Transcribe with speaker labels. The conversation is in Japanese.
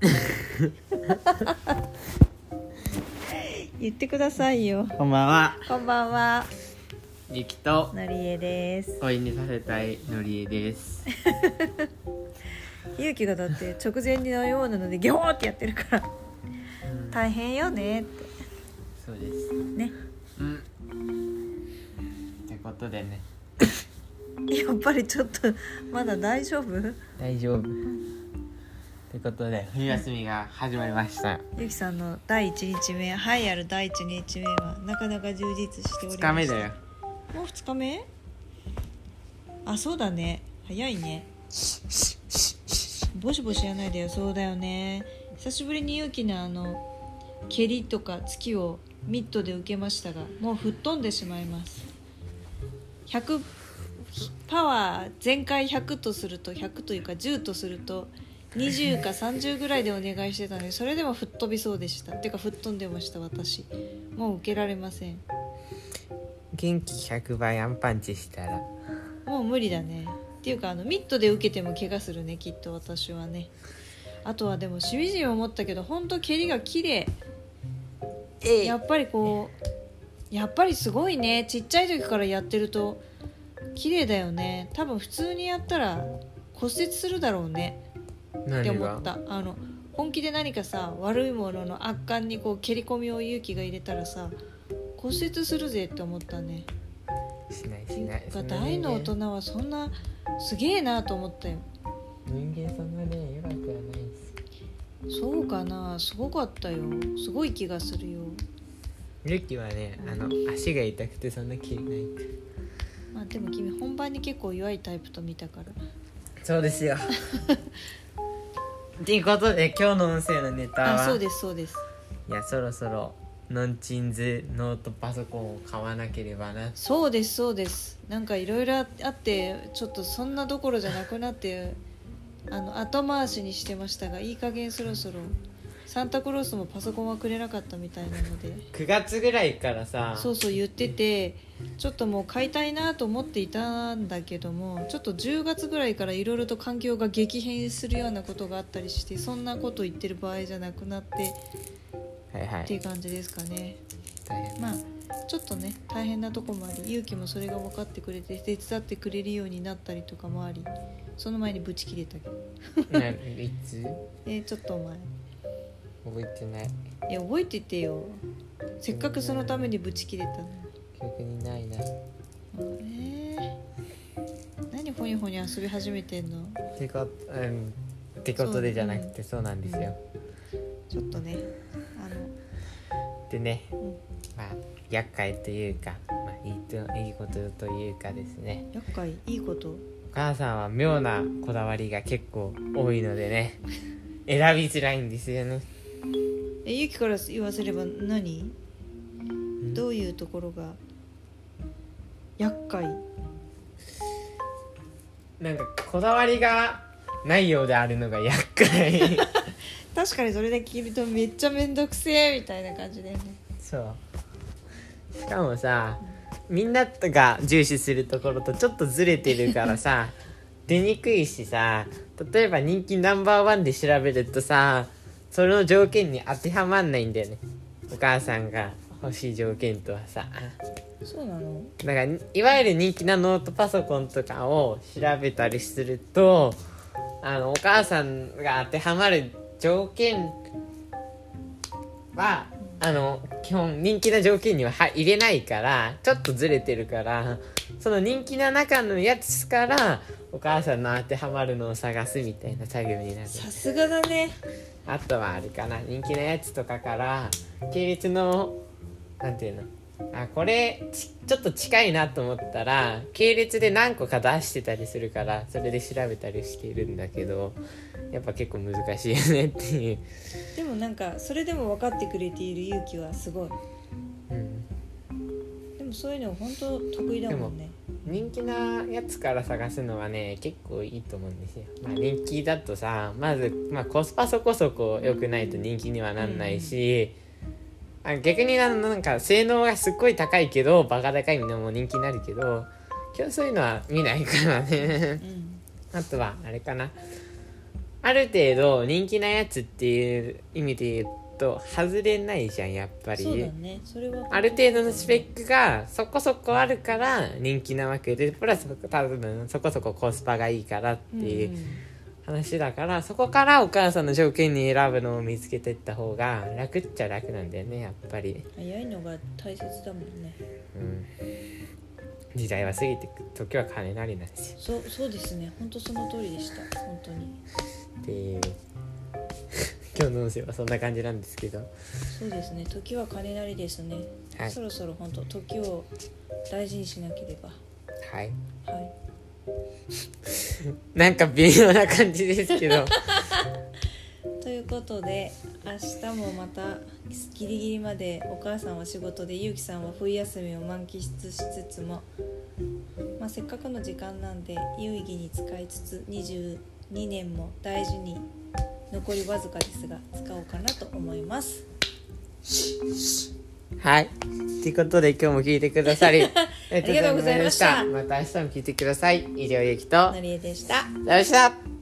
Speaker 1: 言ってくださいよ
Speaker 2: こんばんは
Speaker 1: こんばんは
Speaker 2: ゆきと
Speaker 1: のりえです
Speaker 2: 子犬させたいのりえです
Speaker 1: ゆうきがだって直前のようなのでギョーってやってるから
Speaker 2: うん
Speaker 1: 大変よねって
Speaker 2: そうです
Speaker 1: ね
Speaker 2: うんということでね
Speaker 1: やっぱりちょっとまだ大丈夫
Speaker 2: 大丈夫ということで冬休みが始まりました
Speaker 1: ゆうきさんの第1日目はいある第1日目はなかなか充実しておりま
Speaker 2: 2
Speaker 1: す
Speaker 2: 日目だよ
Speaker 1: もう2日目あそうだね早いねボシボシやらないでよそうだよね久しぶりに勇気のあの蹴りとか突きをミットで受けましたがもう吹っ飛んでしまいます100パワー全開100とすると100というか10とすると20か30ぐらいでお願いしてたのでそれでも吹っ飛びそうでしたてか吹っ飛んでました私もう受けられません
Speaker 2: 元気100倍アンパンチしたら
Speaker 1: もう無理だねっていうかあのミットで受けても怪我するねきっと私はねあとはでもしみじみ思ったけど本当蹴りが綺麗
Speaker 2: え
Speaker 1: やっぱりこうやっぱりすごいねちっちゃい時からやってると綺麗だよね多分普通にやったら骨折するだろうねって
Speaker 2: 何
Speaker 1: 思
Speaker 2: が
Speaker 1: ったあの本気で何かさ悪いものの悪感にこう蹴り込みを勇気が入れたらさ骨折するぜって思ったね
Speaker 2: しない
Speaker 1: って
Speaker 2: し
Speaker 1: い
Speaker 2: ないう
Speaker 1: か大の大人はそんなすげえなと思ったよ
Speaker 2: 人間そんなね弱くはないです
Speaker 1: そうかなすごかったよすごい気がするよ
Speaker 2: ゆきはねあの足が痛くてそんな切れない
Speaker 1: まあでも君本番に結構弱いタイプと見たから
Speaker 2: そうです よっていうことで今日の音声のネタは
Speaker 1: あそうですそうです
Speaker 2: いやそろそろノンチンズノートパソコンを買わなければな
Speaker 1: そうですそうですなんかいろいろあってちょっとそんなどころじゃなくなってあの後回しにしてましたがいい加減そろそろサンタクロースもパソコンはくれなかったみたいなので
Speaker 2: 9月ぐらいからさ
Speaker 1: そうそう言っててちょっともう買いたいなと思っていたんだけどもちょっと10月ぐらいからいろいろと環境が激変するようなことがあったりしてそんなこと言ってる場合じゃなくなって
Speaker 2: はいは
Speaker 1: っていう
Speaker 2: い
Speaker 1: 感じですかね
Speaker 2: 大変
Speaker 1: まあちょっとね大変なとこもあり勇気もそれが分かってくれて手伝ってくれるようになったりとかもありその前にブチ切れたけど、
Speaker 2: ないつ
Speaker 1: えーちょっとお前
Speaker 2: 覚えてない
Speaker 1: いや覚えててよせっかくそのためにブチ切れたのに。
Speaker 2: 記憶にないな
Speaker 1: もうね何ほにほに遊び始めてんの
Speaker 2: てかうんってことでじゃなくてそうなんですよ
Speaker 1: ちょっとね
Speaker 2: でね
Speaker 1: あの、うん、
Speaker 2: まあ厄介というか、まあ、いいといいことというかですね
Speaker 1: 厄介いいこと
Speaker 2: お母さんは妙なこだわりが結構多いのでね選びづらいんですよね
Speaker 1: えゆきから言わせれば何どういうところが厄介
Speaker 2: なんかこだわりがないようであるのが厄介
Speaker 1: 確かにそれだけ聞るとめっちゃ面倒くせえみたいな感じだよね
Speaker 2: そうしかもさみんなが重視するところとちょっとずれてるか らさ出にくいしさ例えば人気ナンバーワンで調べるとさその条件に当てはまんないんだよねお母さんが欲しい条件とはさ
Speaker 1: そうなの
Speaker 2: だからいわゆる人気なノートパソコンとかを調べたりするとあのお母さんが当てはまる条件はあの基本人気な条件にはは入れないからちょっとずれてるからその人気な中のやつからお母さんの当てはまるのを探すみたいな作業になる
Speaker 1: さすがだね
Speaker 2: あとはあれかな人気なやつとかから系列のなんていうのあこれちちょっと近いなと思ったら系列で何個か出してたりするからそれで調べたりしてるんだけどやっぱ結構難しいよねっていう、
Speaker 1: でもなんかそれでも分かってくれている勇気はすごい
Speaker 2: うん、
Speaker 1: でもそういうの本当得意だもんね
Speaker 2: 人気なやつから探すのはね結構いいと思うんですよ、まあ、人気だとさまず、まあ、コスパそこそこ良くないと人気にはなんないし、あ逆にあのなんか性能がすっごい高いけどバカ高いのも人気になるけど今日そういうのは見ないからね
Speaker 1: うん
Speaker 2: あとはあれかなある程度人気なやつっていう意味で言うと外れないじゃんやっぱり
Speaker 1: そうだねそれは
Speaker 2: ある程度のスペックがそこそこあるから人気なわけでプラス多分そこそこコスパがいいからっていう話だから、そこからお母さんの条件に選ぶのを見つけていった方が楽っちゃ楽なんだよねやっぱり、
Speaker 1: うん早いのが大切だもんね
Speaker 2: うん、時代は過ぎてく時は金なりなんですよ
Speaker 1: そうそうですね本当その通りでした本当に
Speaker 2: っていう 今日の音声はそんな感じなんですけど
Speaker 1: そうですね時は金なりですね、
Speaker 2: はい
Speaker 1: そろそろ本当時を大事にしなければ
Speaker 2: はい
Speaker 1: はい
Speaker 2: なんか微妙な感じですけど
Speaker 1: ということで明日もまたギリギリまでお母さんは仕事でゆうきさんは冬休みを満喫しつつも、まあ、せっかくの時間なんで有意義に使いつつ22年も大事に残りわずかですが使おうかなと思います
Speaker 2: はいということで今日も聞いてく ださりあり
Speaker 1: りがとうございました
Speaker 2: また明日も聞いてください医療ゆきと
Speaker 1: のりえでした
Speaker 2: さようなら